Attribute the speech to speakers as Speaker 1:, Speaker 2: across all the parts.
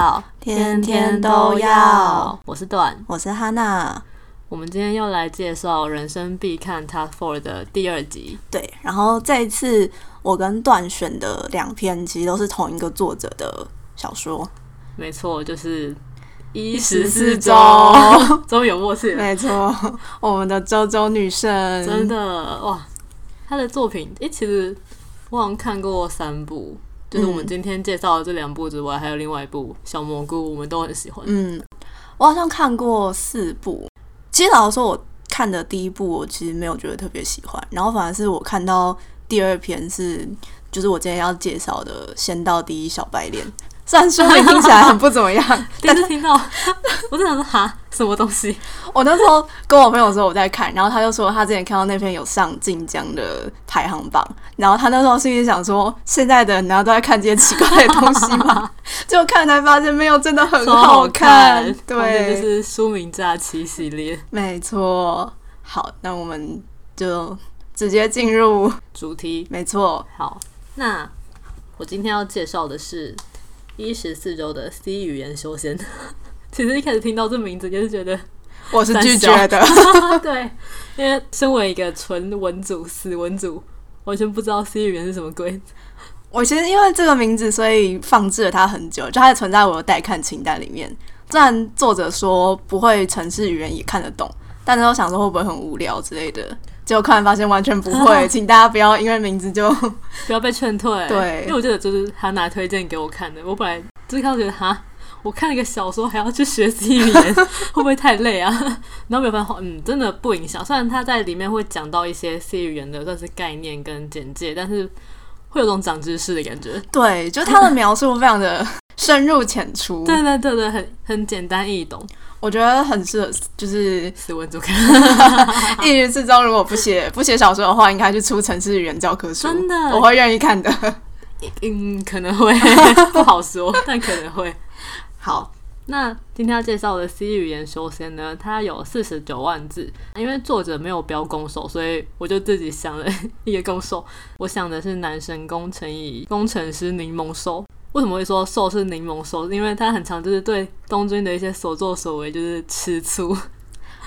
Speaker 1: 到
Speaker 2: 天天都要，
Speaker 1: 我是段。
Speaker 2: 我是哈娜。
Speaker 1: 我们今天要来介绍人生必看 Top Four 的第二集，
Speaker 2: 对，然后这一次我跟段选的两篇其实都是同一个作者的小说，
Speaker 1: 没错，就是一十四
Speaker 2: 14
Speaker 1: 周
Speaker 2: 周，
Speaker 1: 终于有默契了，
Speaker 2: 没错， 我们的周周女神
Speaker 1: 真的哇！他的作品，诶、其实我好像看过三部，就是我们
Speaker 2: 嗯
Speaker 1: 今天介绍的这两部之外，还有另外一部小蘑菇，我们都很喜欢。
Speaker 2: 嗯，我好像看过四部。其实老实说，我看的第一部我其实没有觉得特别喜欢，然后反而是我看到第二篇是，就是我今天要介绍的《仙道第一小白脸》，虽然 说会听起来很不怎么样，
Speaker 1: 第一次听到， 我真的想说哈，什么东西？
Speaker 2: 我那时候跟我朋友说我在看，然后他就说他之前看到那篇有上晋江的排行榜，然后他那时候心里想说，现在的人难道都在看这些奇怪的东西吗？ 结果看才发现没有，真的很
Speaker 1: 超
Speaker 2: 好看，
Speaker 1: 而且
Speaker 2: 对，
Speaker 1: 就是《书名假期》系列
Speaker 2: 没错。好，那我们就直接进入，
Speaker 1: 主题。
Speaker 2: 没错，
Speaker 1: 好，那我今天要介绍的是一十四周的 C 语言修仙。 其实一开始听到这名字，就是觉得
Speaker 2: 我是
Speaker 1: 三
Speaker 2: 拒
Speaker 1: 小
Speaker 2: 绝的。
Speaker 1: 对，因为身为一个纯文组、死文组，完全不知道 C 语言是什么鬼。
Speaker 2: 我其实因为这个名字，所以放置了它很久，就它也存在我的待看清单里面。虽然作者说不会城市语言也看得懂，但是我想说会不会很无聊之类的，结果看完发现完全不 会，请大家不要因为名字就
Speaker 1: 不要被劝退。
Speaker 2: 对
Speaker 1: 因为我记得就是他拿推荐给我看的，我本来就是看到觉得哈。我看了一个小说，还要去学 C 语 言，会不会太累啊？然后没有办法，嗯，真的不影响。虽然他在里面会讲到一些 C 语言的算是概念跟简介，但是会有种长知识的感觉。
Speaker 2: 对，就它的描述非常的深入浅出，
Speaker 1: 对对对对，很很简单易懂，
Speaker 2: 我觉得很适合，就是
Speaker 1: 死文组看。
Speaker 2: 一日之中如果不写不写小说的话，应该去出城市语言教科书，
Speaker 1: 真的
Speaker 2: 我会愿意看的。
Speaker 1: 嗯，可能会 不好说，但可能会。
Speaker 2: 好，
Speaker 1: 那今天要介绍的 C 语言修仙呢，它有四十九万字，因为作者没有标攻守，所以我就自己想了一个攻守。我想的是男神宫乘以工程师柠檬寿。为什么会说寿是柠檬寿？因为他很常就是对东君的一些所作所为就是吃醋，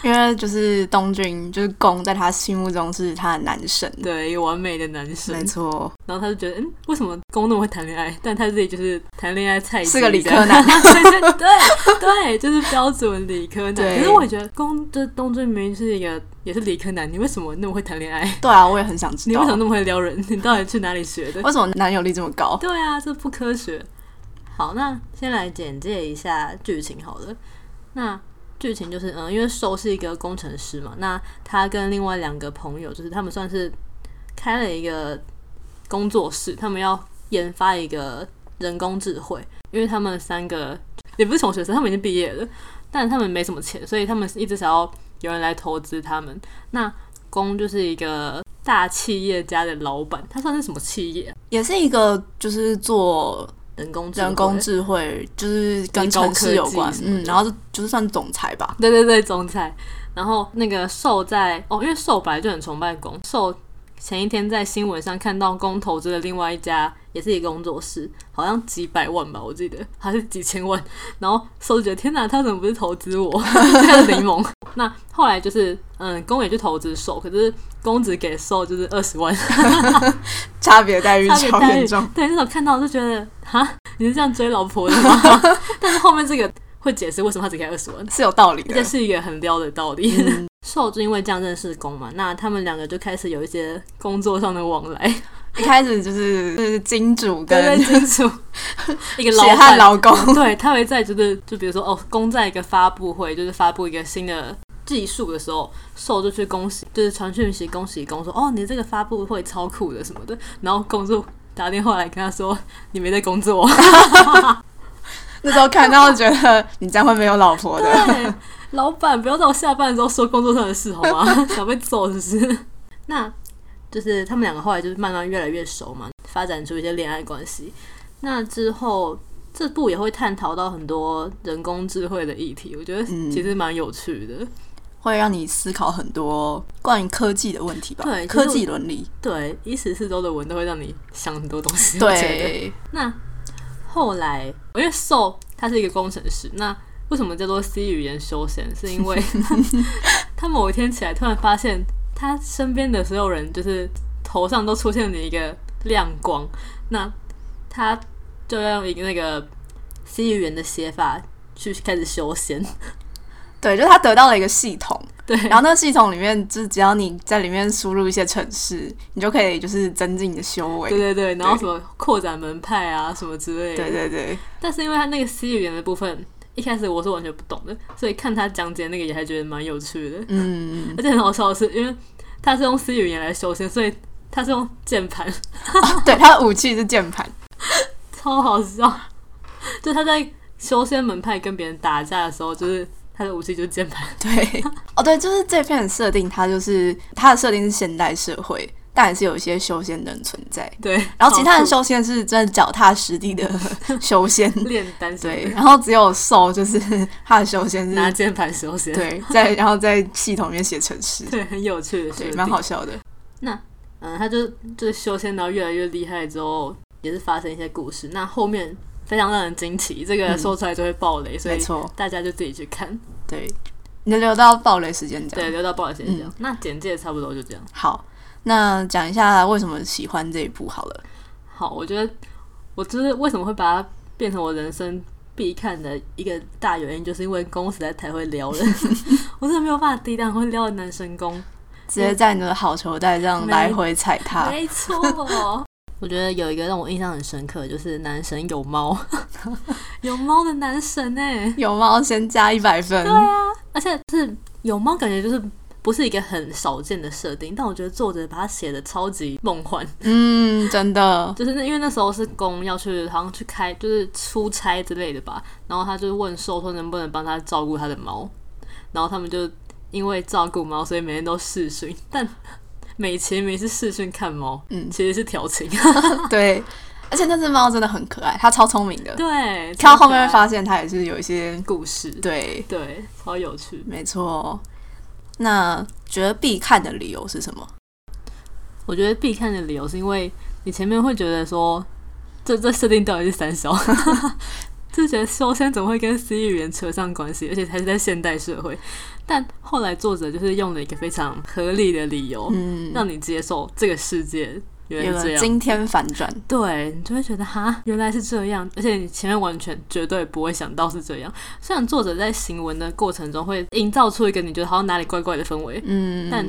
Speaker 2: 因为就是东君，就是公，在他心目中是他的男神，
Speaker 1: 对一个完美的男神
Speaker 2: 没。错，
Speaker 1: 然后他就觉得，嗯，为什么宫那么会谈恋爱？但他自己就是谈恋爱菜鸡
Speaker 2: 是个理科
Speaker 1: 这样
Speaker 2: 男
Speaker 1: 对对对对，就是标准理科男。
Speaker 2: 对
Speaker 1: 可是我也觉得宫就是东俊明明是一个也是理科男，你为什么那么会谈恋爱？
Speaker 2: 对啊，我也很想知
Speaker 1: 你
Speaker 2: 道
Speaker 1: 为什么那么会撩人？你到底去哪里学的？
Speaker 2: 为什么男友力这么高。
Speaker 1: 对啊，这不科学。好，那先来简介一下剧情好了。那剧情就是，嗯，因为寿是一个工程师嘛，那他跟另外两个朋友，就是他们算是开了一个工作室，他们要研发一个人工智慧，因为他们三个也不是穷学生，他们已经毕业了，但他们没什么钱，所以他们一直想要有人来投资他们。那公就是一个大企业家的老板，他算是什么企业啊？
Speaker 2: 也是一个就是做
Speaker 1: 人工智慧
Speaker 2: 人工智慧，就是跟
Speaker 1: 高科
Speaker 2: 城市有关
Speaker 1: 技，什么的
Speaker 2: 嗯，然后就就是算总裁吧，
Speaker 1: 对对对，总裁。然后那个寿在哦，因为寿本来就很崇拜宫。寿前一天在新闻上看到宫投资的另外一家，也是一个工作室，好像几百万吧，我记得还是几千万。然后寿就觉得天哪，他怎么不是投资我？ 他是柠檬。那后来就是嗯，宫也去投资寿，可是宫只给寿就是二十万，
Speaker 2: 差别待遇
Speaker 1: 差别
Speaker 2: 超
Speaker 1: 待
Speaker 2: 严
Speaker 1: 遇
Speaker 2: 重。。
Speaker 1: 对，那时候看到就觉得哈，你是这样追老婆的吗？ 但是后面这个会解释为什么他只给二十万。
Speaker 2: 是有道理的
Speaker 1: 这，是一个很撩的道理。
Speaker 2: 嗯
Speaker 1: 受就因为这样认识公嘛，那他们两个就开始有一些工作上的往来，
Speaker 2: 一开始就是就是金主跟
Speaker 1: 对清楚一个老
Speaker 2: 血汗
Speaker 1: 板，
Speaker 2: 劳工，
Speaker 1: 对，他会在就是就比如说哦，公在一个发布会，就是发布一个新的技术的时候，受就去恭喜，就是传讯息恭喜公说哦，你这个发布会超酷的什么的，然后公就打电话来跟他说你没在工作，
Speaker 2: 那时候看到觉得你将会没有老婆的，
Speaker 1: 对，老板不要在我下班的时候说工作上的事好吗？想被揍是不是？那就是他们两个后来就是慢慢越来越熟嘛，发展出一些恋爱关系。那之后这部也会探讨到很多人工智慧的议题，我觉得
Speaker 2: 嗯
Speaker 1: 其实蛮有趣的。
Speaker 2: 会让你思考很多关于科技的问题吧？
Speaker 1: 对其实
Speaker 2: 科技伦理，
Speaker 1: 对，一十四周的文都会让你想很多东西。我觉得
Speaker 2: 对，
Speaker 1: 那后来，因为受他他是一个工程师。那为什么叫做 C 语言休闲？是 因为 他某一天起来突然发现，他身边的所有人就是头上都出现了一个亮光，那他就要用一个那个 C 语言的写法去开始修仙。
Speaker 2: 对，就是他得到了一个系统，
Speaker 1: 对，
Speaker 2: 然后那个系统里面，就是只要你在里面输入一些程式，你就可以就是增进你的修为。
Speaker 1: 对对对，然后什么扩展门派啊，什么之类的。
Speaker 2: 对对对，
Speaker 1: 但是因为他那个 C 语言的部分，一开始我是完全不懂的，所以看他讲解那个也还觉得蛮有趣的。
Speaker 2: 嗯，
Speaker 1: 而且很好笑的是，因为他是用 C 语言来修仙，所以他是用键盘，
Speaker 2: 对，他的武器是键盘。
Speaker 1: 超好笑。 就他在修仙门派跟别人打架的时候，就是他的武器就是键盘。
Speaker 2: 对，哦对，就是这片的设定，它就是它的设定是现代社会，但也是有一些修仙人存在。
Speaker 1: 对，
Speaker 2: 然后其他人
Speaker 1: 超
Speaker 2: 修仙是真的脚踏实地 的修仙，
Speaker 1: 酷炼丹什么
Speaker 2: 对，
Speaker 1: 的，
Speaker 2: 然后只有兽就是 他的修仙
Speaker 1: 拿
Speaker 2: 是，
Speaker 1: 键盘修仙，
Speaker 2: 对，在然后在系统里面写程式，
Speaker 1: 对，很有趣的设
Speaker 2: 对，
Speaker 1: 定
Speaker 2: 蛮好笑的。
Speaker 1: 嗯，他就就是修仙到越来越厉害之后，也是发生一些故事。那后面非常让人惊奇，这个
Speaker 2: 嗯
Speaker 1: 说出来就会爆雷，所
Speaker 2: 没
Speaker 1: 以
Speaker 2: 错，
Speaker 1: 大家就自己去看。
Speaker 2: 对，你留到暴雷时间讲。
Speaker 1: 对，留到爆雷
Speaker 2: 嗯
Speaker 1: 先讲。那简介差不多就这样。
Speaker 2: 好，那讲一下为什么喜欢这一部好了。
Speaker 1: 好，我觉得我就是为什么会把它变成我人生必看的一个大原因，就是因为公实在太会撩人， 我真的没有办法抵挡会撩的男神公。
Speaker 2: 直接在你的好球袋这样
Speaker 1: 没
Speaker 2: 来回踩踏，
Speaker 1: 没错， 我觉得有一个让我印象很深刻，就是男神有猫， 有猫的男神哎、
Speaker 2: 有猫先加一百分。
Speaker 1: 而且是有猫，感觉就是不是一个很少见的设定，但我觉得作者把它写的超级梦幻，
Speaker 2: 嗯，真的，
Speaker 1: 就是那因为那时候是公要去，好像去开就是出差之类的吧，然后他就问兽说能不能帮他照顾他的猫，然后他们就因为照顾猫，所以每天都视讯，但美其名是视讯看猫，
Speaker 2: 嗯
Speaker 1: 其实是调情，
Speaker 2: 对。而且那只猫真的很可爱，它超聪明的。
Speaker 1: 对，
Speaker 2: 看到后面会
Speaker 1: 发
Speaker 2: 发现它也是有一些
Speaker 1: 故事，
Speaker 2: 对，
Speaker 1: 对，超有趣。
Speaker 2: 没错。那觉得必看的理由是什么？
Speaker 1: 我觉得必看的理由是因为你前面会觉得说，这这设定到底是三小， 就觉得修仙怎么会跟 C 语言扯上关系，而且还是在现代社会。但后来作者就是用了一个非常合理的理由，
Speaker 2: 嗯，
Speaker 1: 让你接受这个世界原
Speaker 2: 有
Speaker 1: 来是这
Speaker 2: 个
Speaker 1: 样。
Speaker 2: 惊天反转，
Speaker 1: 对你就会觉得哈，原来是这样，而且你前面完全绝对不会想到是这样。虽然作者在行文的过程中会营造出一个你觉得好像哪里怪怪的氛围，
Speaker 2: 嗯，
Speaker 1: 但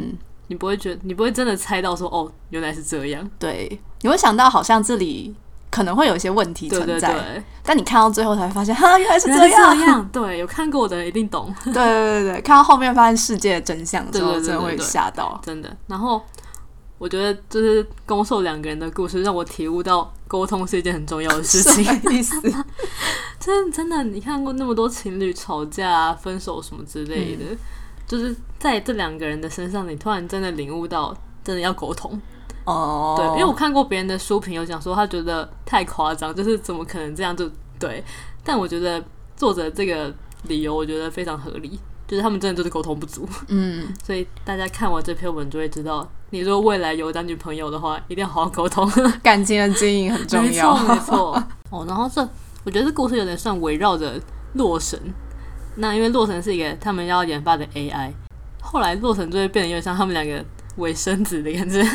Speaker 1: 你不会觉得，你不会真的猜到说哦，原来是这样。
Speaker 2: 对，你会想到好像这里可能会有一些问题
Speaker 1: 对
Speaker 2: 存
Speaker 1: 对
Speaker 2: 在，
Speaker 1: 对，
Speaker 2: 但你看到最后才发现， 哈，原来是
Speaker 1: 原
Speaker 2: 这
Speaker 1: 来是
Speaker 2: 样。
Speaker 1: 这样，对，有看过我的人一定懂，
Speaker 2: 对对对对，看到后面发现世界的真相之后，
Speaker 1: 对对对对
Speaker 2: 真的会吓到。
Speaker 1: 真的。然后我觉得，就是攻受两个人的故事，让我体悟到沟通是一件很重要的事情。
Speaker 2: 什么意思？
Speaker 1: 真的，真的，你看过那么多情侣吵架、啊、分手什么之类
Speaker 2: 嗯
Speaker 1: 的，就是在这两个人的身上，你突然真的领悟到，真的要沟通。
Speaker 2: 哦，
Speaker 1: 对，因为我看过别人的书评，有讲说他觉得太夸张，就是怎么可能这样就对。但我觉得作者这个理由，我觉得非常合理，就是他们真的就是沟通不足，
Speaker 2: 嗯，
Speaker 1: 所以大家看完这篇文就会知道，你如果未来有男女朋友的话，一定要好好沟 通，
Speaker 2: 感情的经营很重要。
Speaker 1: 没错，没错。 哦，然后这我觉得这故事有点算围绕着洛神，那因为洛神是一个他们要研发的 AI，后来洛神就会变得有点像他们两个伪生子的感 觉。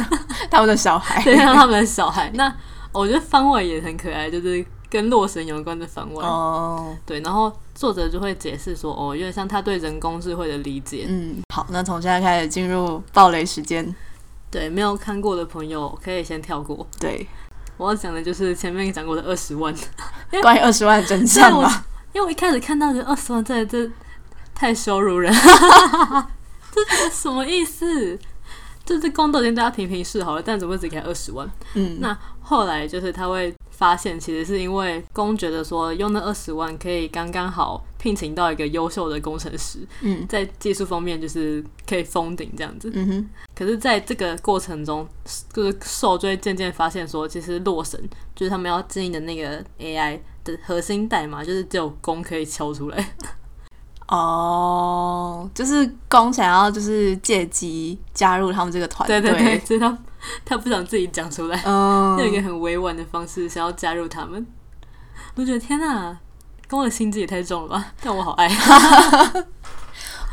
Speaker 2: 他们的小孩，
Speaker 1: 对，像他们的小孩。那我觉得番外也很可爱，就是跟洛神有关的番外。
Speaker 2: 哦，
Speaker 1: 对，然后作者就会解释说，哦，有点像他对人工智慧的理解。
Speaker 2: 嗯，好，那从现在开始进入暴雷时间。
Speaker 1: 对，没有看过的朋友可以先跳过。
Speaker 2: 对，
Speaker 1: 我要讲的就是前面讲过的二十万，
Speaker 2: 关于二十万的真相
Speaker 1: 对
Speaker 2: 嘛，
Speaker 1: 因为我一开始看到觉得二十万真的这太羞辱人， 这是什么意思？就是宫斗已经对他平平示好了，但怎么会只给他二十万？
Speaker 2: 嗯，
Speaker 1: 那后来就是他会发现，其实是因为公觉得说用那二十万可以刚刚好聘请到一个优秀的工程师，
Speaker 2: 嗯
Speaker 1: 在技术方面就是可以封顶这样子。
Speaker 2: 嗯哼，
Speaker 1: 可是，在这个过程中，就是兽就会渐渐发现说，其实洛神就是他们要经营的那个 AI 的核心代码，就是只有公可以敲出来。
Speaker 2: 哦，就是公想要就是借机加入他们这个团
Speaker 1: 对
Speaker 2: 队，
Speaker 1: 对对，就是他他不想自己讲出来，
Speaker 2: 嗯，
Speaker 1: 用一个很委婉的方式想要加入他们。我就觉得天哪、宫的心机也太重了吧？但我好爱。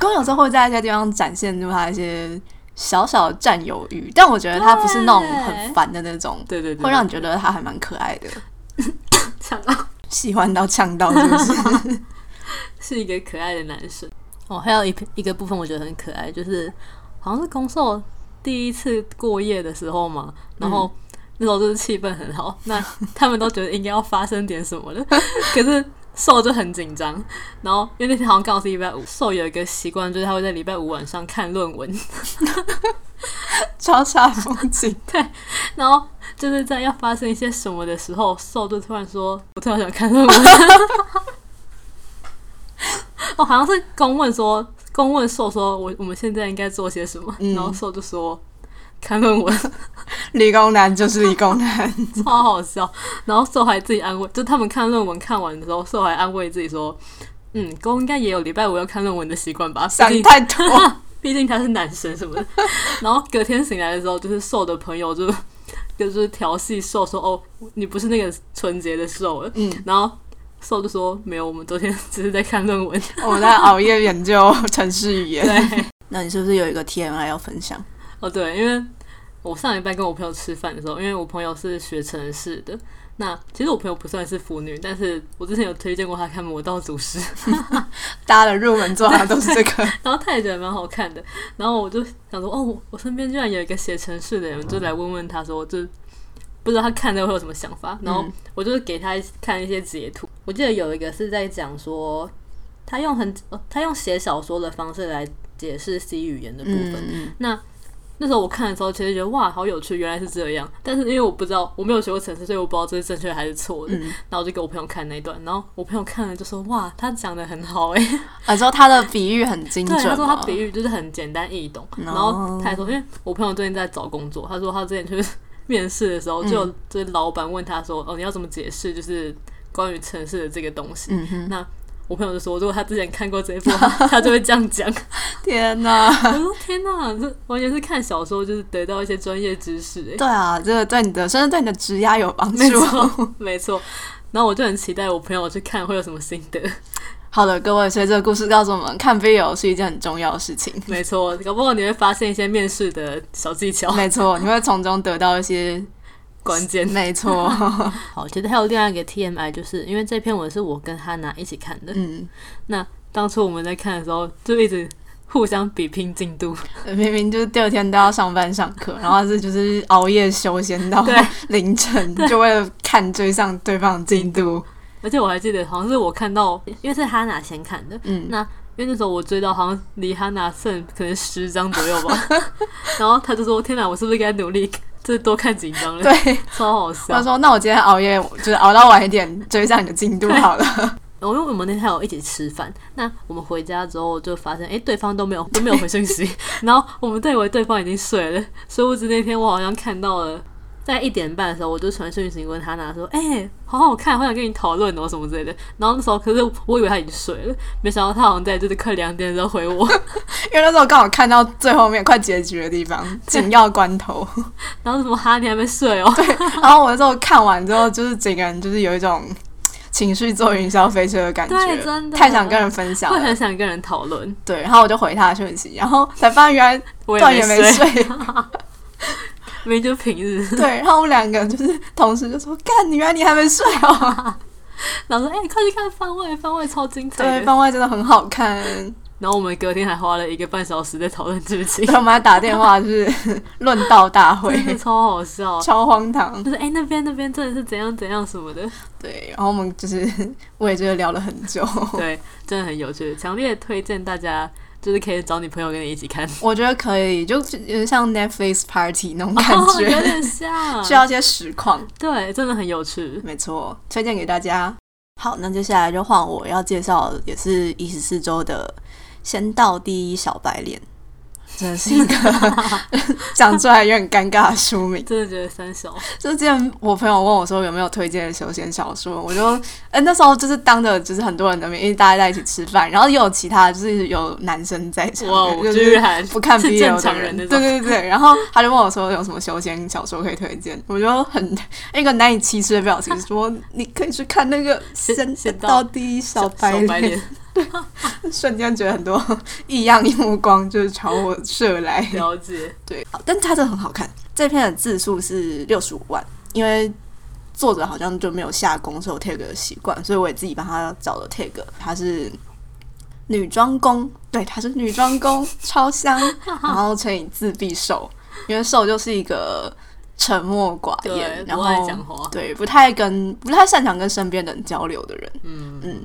Speaker 2: 宫有时候会在一些地方展现出他一些小小的占有欲，但我觉得他不是那种很烦的那种，
Speaker 1: 对对对，
Speaker 2: 会让你觉得他还蛮可爱的，
Speaker 1: 想到
Speaker 2: 喜欢到呛到是不 是？
Speaker 1: 是一个可爱的男生。哦，还有一一个部分我觉得很可爱，就是好像是宫受第一次过夜的时候嘛，然后那时候就是气氛很好， 那他们都觉得应该要发生点什么的， 可是受就很紧张。然后因为那天好像刚好是礼拜五，受有一个习惯就是他会在礼拜五晚上看论文，
Speaker 2: 超差风景，
Speaker 1: 然后就是在要发生一些什么的时候，受就突然说：“我突然想看论文。” 哦，好像是公问说，公问受说：“我我们现在应该做些什么？”
Speaker 2: 嗯
Speaker 1: 然后受就说：“看论文，
Speaker 2: 理工男就是理工 男，
Speaker 1: 超好笑。”然后受还自己安慰，就他们看论文看完的时候，受还安慰自己说：“嗯，公应该也有礼拜五要看论文的习惯吧？毕
Speaker 2: 想
Speaker 1: 竟
Speaker 2: 太多。
Speaker 1: 毕竟他是男生什么的。 然后隔天醒来的时候，就是瘦的朋友就 就是调戏瘦说：“哦，你不是那个纯洁的瘦了。”
Speaker 2: 嗯，
Speaker 1: 然后瘦就说：“没有，我们昨天只是在看论文。
Speaker 2: 我们在熬夜研究城市语”言。
Speaker 1: 对，
Speaker 2: 那你是不是有一个 TMI 要分享？
Speaker 1: 哦对，因为我上礼拜跟我朋友吃饭的时候，因为我朋友是学城市的。那其实我朋友不算是腐女，但是我之前有推荐过她看《魔道祖师》，
Speaker 2: 大家的入门做法都是这 个，
Speaker 1: 然后她也觉得蛮好看的。然后我就想说，哦，我我身边居然有一个写城市的人，我就来问问他说，就不知道他看了会有什么想法。然后
Speaker 2: 嗯
Speaker 1: 我就是给他看一些截图，我记得有一个是在讲说，他用很、哦、他用写小说的方式来解释 C 语言的部分。
Speaker 2: 嗯，
Speaker 1: 那时候我看的时候，其实觉得哇，好有趣，原来是这样。但是因为我不知道，我没有学过程式，所以我不知道这是正确还是错的。
Speaker 2: 嗯
Speaker 1: 然后我就给我朋友看那一段，然后我朋友看了就说哇，他讲的很好哎、
Speaker 2: 啊，之后他的比喻很精准
Speaker 1: 对，
Speaker 2: 嘛，
Speaker 1: 他说他比喻就是很简单易懂。
Speaker 2: 哦
Speaker 1: 然后他还说，因为我朋友最近在找工作，他说他之前去 面试的时候，
Speaker 2: 嗯
Speaker 1: 就有就是老板问他说，哦，你要怎么解释就是关于城市的这个东西？
Speaker 2: 嗯哼，
Speaker 1: 我朋友就说，如果他之前看过这一部，他他就会这样讲。
Speaker 2: 天哪，
Speaker 1: 我说天哪，这完全是看小说就是得到一些专业知识 哎、
Speaker 2: 对啊，这个对你的，甚至对你的职涯有帮
Speaker 1: 没
Speaker 2: 助。
Speaker 1: 错，没错。然后我就很期待我朋友去看会有什么心得。
Speaker 2: 好的，各位，所以这个故事告诉我们，看 video 是一件很重要的事情。
Speaker 1: 没错，搞不好你会发现一些面试的小技巧
Speaker 2: 没错，你会从中得到一些，
Speaker 1: 关键。
Speaker 2: 没 错，
Speaker 1: 好，其实还有另外一个 TMI，就是因为这篇文是我跟哈娜一起看的，
Speaker 2: 嗯，
Speaker 1: 当初我们在看的时候就一直互相比拼进度，
Speaker 2: 明明就是第二天都要上班上课，然后是就是熬夜修仙到
Speaker 1: 对
Speaker 2: 凌晨，就为了看追上对方的进度，
Speaker 1: 而且我还记得好像是我看到，因为是哈娜先看的，
Speaker 2: 嗯，
Speaker 1: 那因为那时候我追到好像离哈娜剩可能十张左右吧， 然后他就说：“天哪，我是不是该努力， 就是多看几张了？”
Speaker 2: 对，
Speaker 1: 超好
Speaker 2: 他
Speaker 1: 笑。
Speaker 2: 说那我今天熬夜就是熬到晚一点追上你的进度 好了，
Speaker 1: 哦，因为我们那天还有一起吃饭，那我们回家之后就发现，哎、对方都没有 都没有回讯息，然后我们都以为对方已经睡了，殊不知那天我好像看到了，在一点半的时候我就传讯息问他娜说，哎、好好看，好想跟你讨论哦什么之类的，然后那时候可是我以为他已经睡了，没想到他好像在就是快两点的时候回我，
Speaker 2: 因为那时候刚好看到最后面快结局的地 方，紧要关 头，
Speaker 1: 然后什么哈你还没睡哦，
Speaker 2: 然后我那时候看完之后，就是整个人就是有一种情绪坐云霄飞车的感觉，
Speaker 1: 对真的
Speaker 2: 太想跟人分享
Speaker 1: 会
Speaker 2: 了
Speaker 1: 很。想跟人讨论，
Speaker 2: 对，然后我就回他的讯息，然后才发现 原来
Speaker 1: 我
Speaker 2: 段
Speaker 1: 也
Speaker 2: 也
Speaker 1: 没
Speaker 2: 没
Speaker 1: 睡，
Speaker 2: 睡。
Speaker 1: 明明就平日，
Speaker 2: 对，然后我们两个就是同时就说：“干，你原来你还没睡哦。
Speaker 1: 然后说，哎、快去看番外，番外超精”彩的
Speaker 2: 对，番外真的很好看。
Speaker 1: 然后我们隔天还花了一个半小时在讨论剧情
Speaker 2: 对，，我们还打电话就是 论道大会
Speaker 1: 真，的超好笑。
Speaker 2: 超荒唐。
Speaker 1: 就是哎、那边那边真的是怎样怎样什么的，
Speaker 2: 对，然后我们就是 我也觉得聊了很久。
Speaker 1: 对，真的很有趣，强烈推荐大家就是可以找你朋友跟你一起看，
Speaker 2: 我觉得可以，就是有点像 Netflix party 那种 感
Speaker 1: 哦 有
Speaker 2: 觉，
Speaker 1: 点像，
Speaker 2: 需要一些实况。
Speaker 1: 对，真的很有趣。
Speaker 2: 没错，推荐给大家。好，那接下来就换我要介绍，也是一十四周的《仙道第一小白脸》。真的是 一个讲出来有点尴尬的书名。
Speaker 1: 真的觉得三 小，
Speaker 2: 就之前我朋友问我说有没有推荐的休闲小说，我就哎、那时候就是当着就是很多人的面，因为大家在一起吃饭，然后也有其他就是有男生在场的，
Speaker 1: 哇，我
Speaker 2: 就
Speaker 1: 居
Speaker 2: 是
Speaker 1: 然
Speaker 2: 不看
Speaker 1: 是
Speaker 2: BL
Speaker 1: 正
Speaker 2: 的
Speaker 1: 常人那
Speaker 2: 对
Speaker 1: 种
Speaker 2: 对对。然后他就问我说有什么休闲小说可以推荐，我就很一个难以启齿的表情说你可以去看那个《
Speaker 1: 仙
Speaker 2: 神
Speaker 1: 仙道
Speaker 2: 到第一小白
Speaker 1: 白
Speaker 2: 脸》， 瞬间觉得很多异样目光就是朝我射来。
Speaker 1: 了解，
Speaker 2: 对，好但它真的很好看。这篇的字数是六十五万，因为作者好像就没有下公售 tag 的习惯，所以我也自己帮他找了 tag。她是女装工，对，她是女装工，超香。然后乘以自闭兽，因为兽就是一个沉默寡
Speaker 1: 对，
Speaker 2: 言，然
Speaker 1: 不爱
Speaker 2: 后
Speaker 1: 讲话，
Speaker 2: 对不太跟不太擅长跟身边的人交流的人。
Speaker 1: 嗯
Speaker 2: 嗯，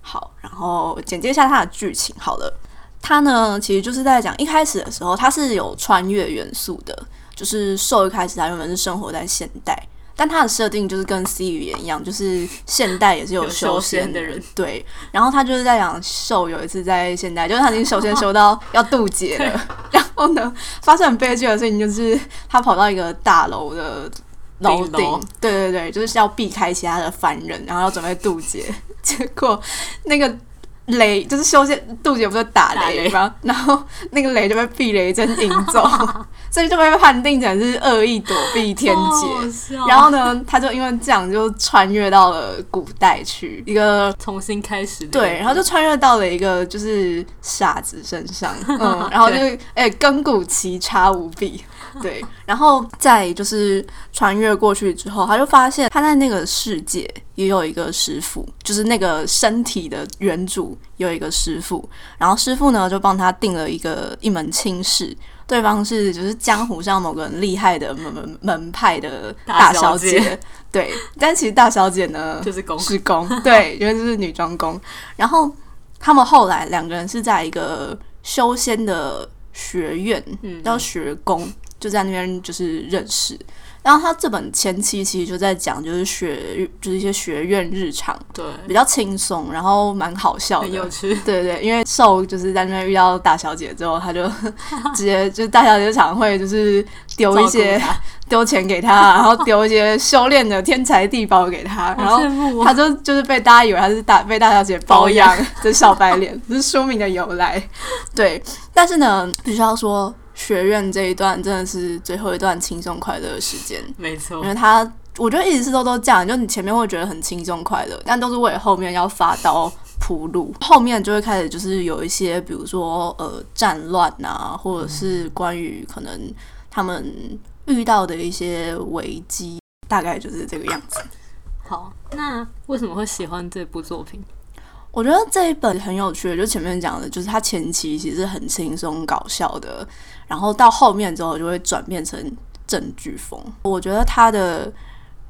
Speaker 2: 好，然后简介一下它的剧情好了。它呢，其实就是在讲一开始的时候，它是有穿越元素的，就是兽一开始它原本是生活在现代，但它的设定就是跟 C 语言一样，就是现代也是
Speaker 1: 有
Speaker 2: 修
Speaker 1: 修
Speaker 2: 仙
Speaker 1: 仙的人，
Speaker 2: 对。然后他就是在讲兽有一次在现代，就是他已经 修仙修到要渡劫了，然后呢，发生很悲剧的事情就是他跑到一个大楼的。楼
Speaker 1: 顶楼
Speaker 2: 顶，对对对，就是要避开其他的凡人，然后要准备渡劫。 结果那个雷就是修仙渡劫不是打
Speaker 1: 打
Speaker 2: 雷
Speaker 1: 雷
Speaker 2: 吗？然后那个雷就被避雷针引 走，所以就被判定成是恶意躲避天 劫。
Speaker 1: 劫
Speaker 2: 然后呢，他就因为这样就穿越到了古代去一个
Speaker 1: 重新开始的，
Speaker 2: 对，然后就穿越到了一个就是傻子 身上，
Speaker 1: 哦
Speaker 2: 嗯，然后就是哎、亘古奇差无比，对，然后再就是穿越过去之后，他就发现他在那个世界也有一个师傅，就是那个身体的原主有一个师傅，然后师傅呢就帮他定了一个一门亲事。对方是就是江湖上某个很厉害的门门门派的大
Speaker 1: 大
Speaker 2: 小
Speaker 1: 小
Speaker 2: 姐，
Speaker 1: 姐
Speaker 2: 对，但其实大小姐呢，
Speaker 1: 就是公
Speaker 2: 是工， 对，原来就是女装工。然后他们后来两个人是在一个修仙的学院，
Speaker 1: 嗯
Speaker 2: 叫学宫，就在那边就是认识。然后他这本前期其实就在讲，就是学就是一些学院日常，
Speaker 1: 对，
Speaker 2: 比较轻松，然后蛮好笑
Speaker 1: 嗯很
Speaker 2: 的
Speaker 1: 有。趣，
Speaker 2: 对对，因为瘦就是在那边遇到大小姐之后，他就直接就是大小姐常会就是丢一些
Speaker 1: 照顾他
Speaker 2: 丢钱给他，然后丢一些修炼的天才地宝给他，然后
Speaker 1: 好羡慕
Speaker 2: 他
Speaker 1: 哦，
Speaker 2: 就就是被大家以为他是大被大小姐包养的小白脸， 这是书名的由来。对，但是呢，必须要说学院这一段真的是最后一段轻松快乐的时间，
Speaker 1: 没错
Speaker 2: 因，为他我觉得一直都都这样，就你前面会觉得很轻松快乐，但都是为了后面要发刀铺路，后面就会开始就是有一些比如说呃战乱啊，或者是关于可能他们遇到的一些危机，大概就是这个样子。
Speaker 1: 好，那为什么会喜欢这部作品？
Speaker 2: 我觉得这一本很有趣的，就前面讲的，就是它前期其实很轻松搞笑的，然后到后面之后就会转变成正剧风。我觉得它的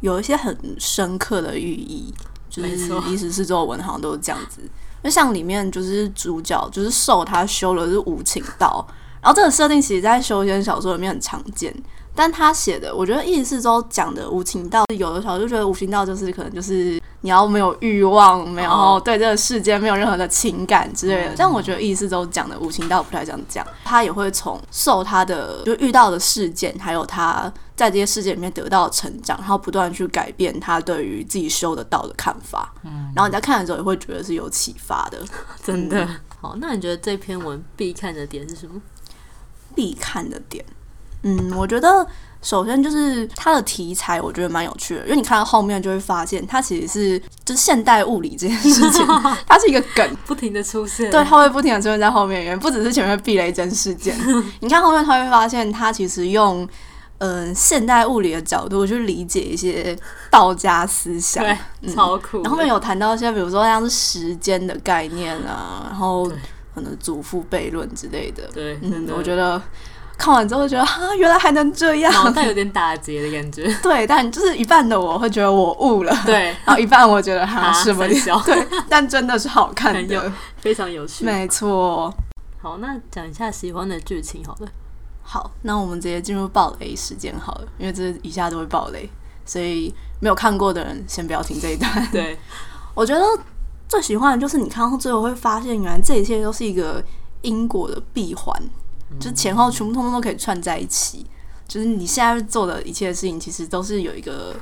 Speaker 2: 有一些很深刻的寓意，就是
Speaker 1: 没错
Speaker 2: 一十四周文好像都是这样子。就像里面就是主角就是受他修了是无情道，然后这个设定其实在修仙小说里面很常见，但他写的我觉得一十四周讲的无情道，有的时候就觉得无情道就是可能就是你要没有欲望，没有、
Speaker 1: 哦
Speaker 2: 对这个世界没有任何的情感之类的。
Speaker 1: 嗯
Speaker 2: 但我觉得一十四周讲的无情道不太这样讲，他也会从受他的就遇到的事件，还有他在这些事件里面得到的成长，然后不断地去改变他对于自己修的道的看法。
Speaker 1: 嗯，
Speaker 2: 然后你在看的时候也会觉得是有启发的。
Speaker 1: 真的
Speaker 2: 嗯
Speaker 1: 好。那你觉得这篇文必看的点是什么？
Speaker 2: 必看的点，嗯，我觉得首先就是它的题材，我觉得蛮有趣的，因为你看到后面就会发现，它其实是就是现代物理这件事 情，它是一个梗，
Speaker 1: 不停的出现，
Speaker 2: 对，它会不停的出现在后面，不只是前面避雷针 事件，你看后面他会发现，他其实用。嗯，现代物理的角度去理解一些道家思想，
Speaker 1: 对，
Speaker 2: 嗯
Speaker 1: 超酷的。
Speaker 2: 然后后面有谈到一些，比如说像是时间的概念啊，然后
Speaker 1: 对
Speaker 2: 可能祖父悖论之类的。
Speaker 1: 对，真
Speaker 2: 嗯，
Speaker 1: 的，
Speaker 2: 我觉得看完之后觉得啊，原来还能这
Speaker 1: 脑
Speaker 2: 样。
Speaker 1: 袋有点打结的感觉。
Speaker 2: 对，但就是一半的我会觉得我悟 了，
Speaker 1: 对，
Speaker 2: 然后一半我觉得哈
Speaker 1: 啊，
Speaker 2: 什么
Speaker 1: 三小
Speaker 2: 对， 但真的是好看
Speaker 1: 很
Speaker 2: 的
Speaker 1: 有， 非常有趣。
Speaker 2: 没错。
Speaker 1: 好，那讲一下喜欢的剧情好了。
Speaker 2: 嗯好，那我们直接进入暴雷时间好了，因为这一下都会暴雷，所以没有看过的人先不要听这一 段。
Speaker 1: 对，
Speaker 2: 我觉得最喜欢的就是你看到最后会发现，原来这一切都是一个因果的闭环。
Speaker 1: 嗯
Speaker 2: 就前后全部通通都可以串在一起。就是你现在做的一切事情，其实都是有一个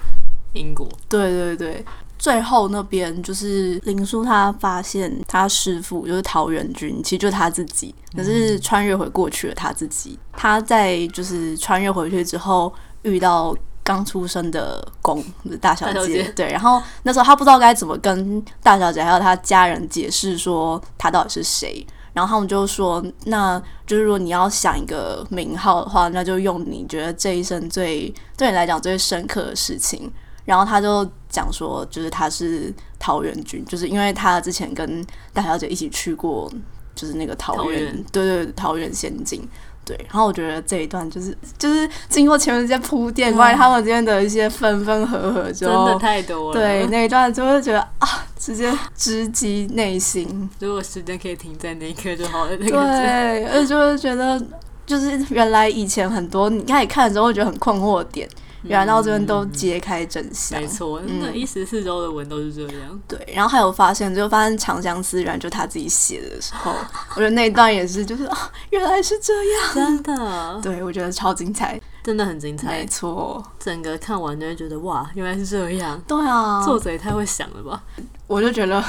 Speaker 1: 英国
Speaker 2: 对对对。最后那边就是林叔，他发现他师傅就是桃源君，其实就是他自己，可是穿越回过去的他自己。他在就是穿越回去之后，遇到刚出生的公就是大小
Speaker 1: 大小
Speaker 2: 姐，
Speaker 1: 姐
Speaker 2: 对。然后那时候他不知道该怎么跟大小姐还有他家人解释说他到底是谁。然后他们就说，那就是如果你要想一个名号的话，那就用你觉得这一生最对你来讲最深刻的事情。然后他就讲说，就是他是桃园君，就是因为他之前跟大小姐一起去过，就是那个桃
Speaker 1: 桃
Speaker 2: 园，
Speaker 1: 园
Speaker 2: 对对对，桃园仙境。对，然后我觉得这一段就是就是经过前面这些铺垫，关于他们之间的一些分分合合之
Speaker 1: 真的
Speaker 2: 后，
Speaker 1: 太多了。
Speaker 2: 对，那一段就会觉得啊，直接直击内心。
Speaker 1: 如果时间可以停在那一刻就好了。那个
Speaker 2: 对，而且就会觉得，就是原来以前很多你开始看的时候会觉得很困惑的点，原来到这边都揭开真相。
Speaker 1: 嗯没错，
Speaker 2: 嗯
Speaker 1: 那一十四周的文都是这样。
Speaker 2: 对，然后还有发现，就发现《长相思》原来就他自己写的时候，我觉得那一段也是，就是啊，原来是这 样。
Speaker 1: 真的，
Speaker 2: 对，我觉得超精彩。
Speaker 1: 真的很精彩
Speaker 2: 没。错，
Speaker 1: 整个看完就会觉得哇，原来是这样。
Speaker 2: 对啊，
Speaker 1: 作者也太会想了吧？
Speaker 2: 我就觉得，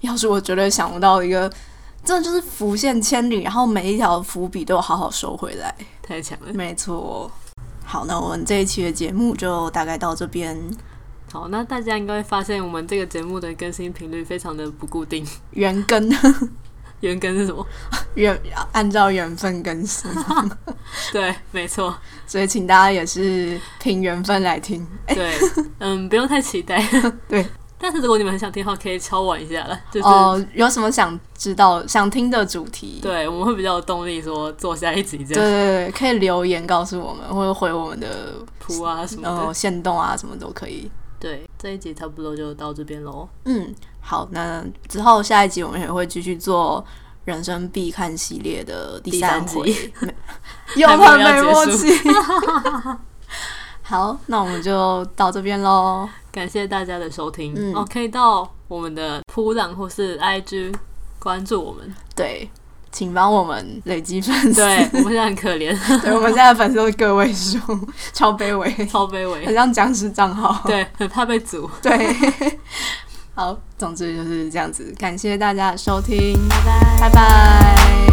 Speaker 2: 要是我绝对想不到一个，真的就是浮现千里，然后每一条伏笔都有好好收回来。
Speaker 1: 太强了。
Speaker 2: 没错。好，那我们这一期的节目就大概到这边。
Speaker 1: 好，那大家应该会发现我们这个节目的更新频率非常的不固定。
Speaker 2: 缘根，
Speaker 1: 原根是什么？
Speaker 2: 缘按照缘分更新，
Speaker 1: 对，没 错，
Speaker 2: 所以请大家也是凭缘分来听。
Speaker 1: 对，嗯，不用太期待。
Speaker 2: 哎 对，
Speaker 1: 但是如果你们很想听的话，可以敲碗一下了，就是、
Speaker 2: 哦，有什么想知道、想听的主题？
Speaker 1: 对，我们会比较有动力说做下一集这
Speaker 2: 对
Speaker 1: 样
Speaker 2: 对对，可以留言告诉我们，或者回我们的
Speaker 1: 铺啊什么的。
Speaker 2: 呃线动啊，什么都可以。
Speaker 1: 对，这一集差不多就到这边喽。
Speaker 2: 嗯，好，那之后下一集我们也会继续做人生必看系列的第三
Speaker 1: 第
Speaker 2: 回
Speaker 1: 三 集，
Speaker 2: 没又
Speaker 1: 还没有
Speaker 2: 很没
Speaker 1: 要结
Speaker 2: 默
Speaker 1: 束
Speaker 2: 契。 好，那我们就到这边喽。
Speaker 1: 感谢大家的收听、
Speaker 2: 嗯
Speaker 1: 哦，可以到我们的铺浪或是 IG 关注我们。
Speaker 2: 对，请帮我们累积粉 丝。
Speaker 1: 对，我们现在很可怜，
Speaker 2: 对，我们现在粉丝都是个位数，超卑微，
Speaker 1: 超卑微
Speaker 2: 很，像僵尸账号。
Speaker 1: 对，很怕被阻。
Speaker 2: 对， 好，总之就是这样子，感谢大家的收听，
Speaker 1: 拜拜
Speaker 2: 拜拜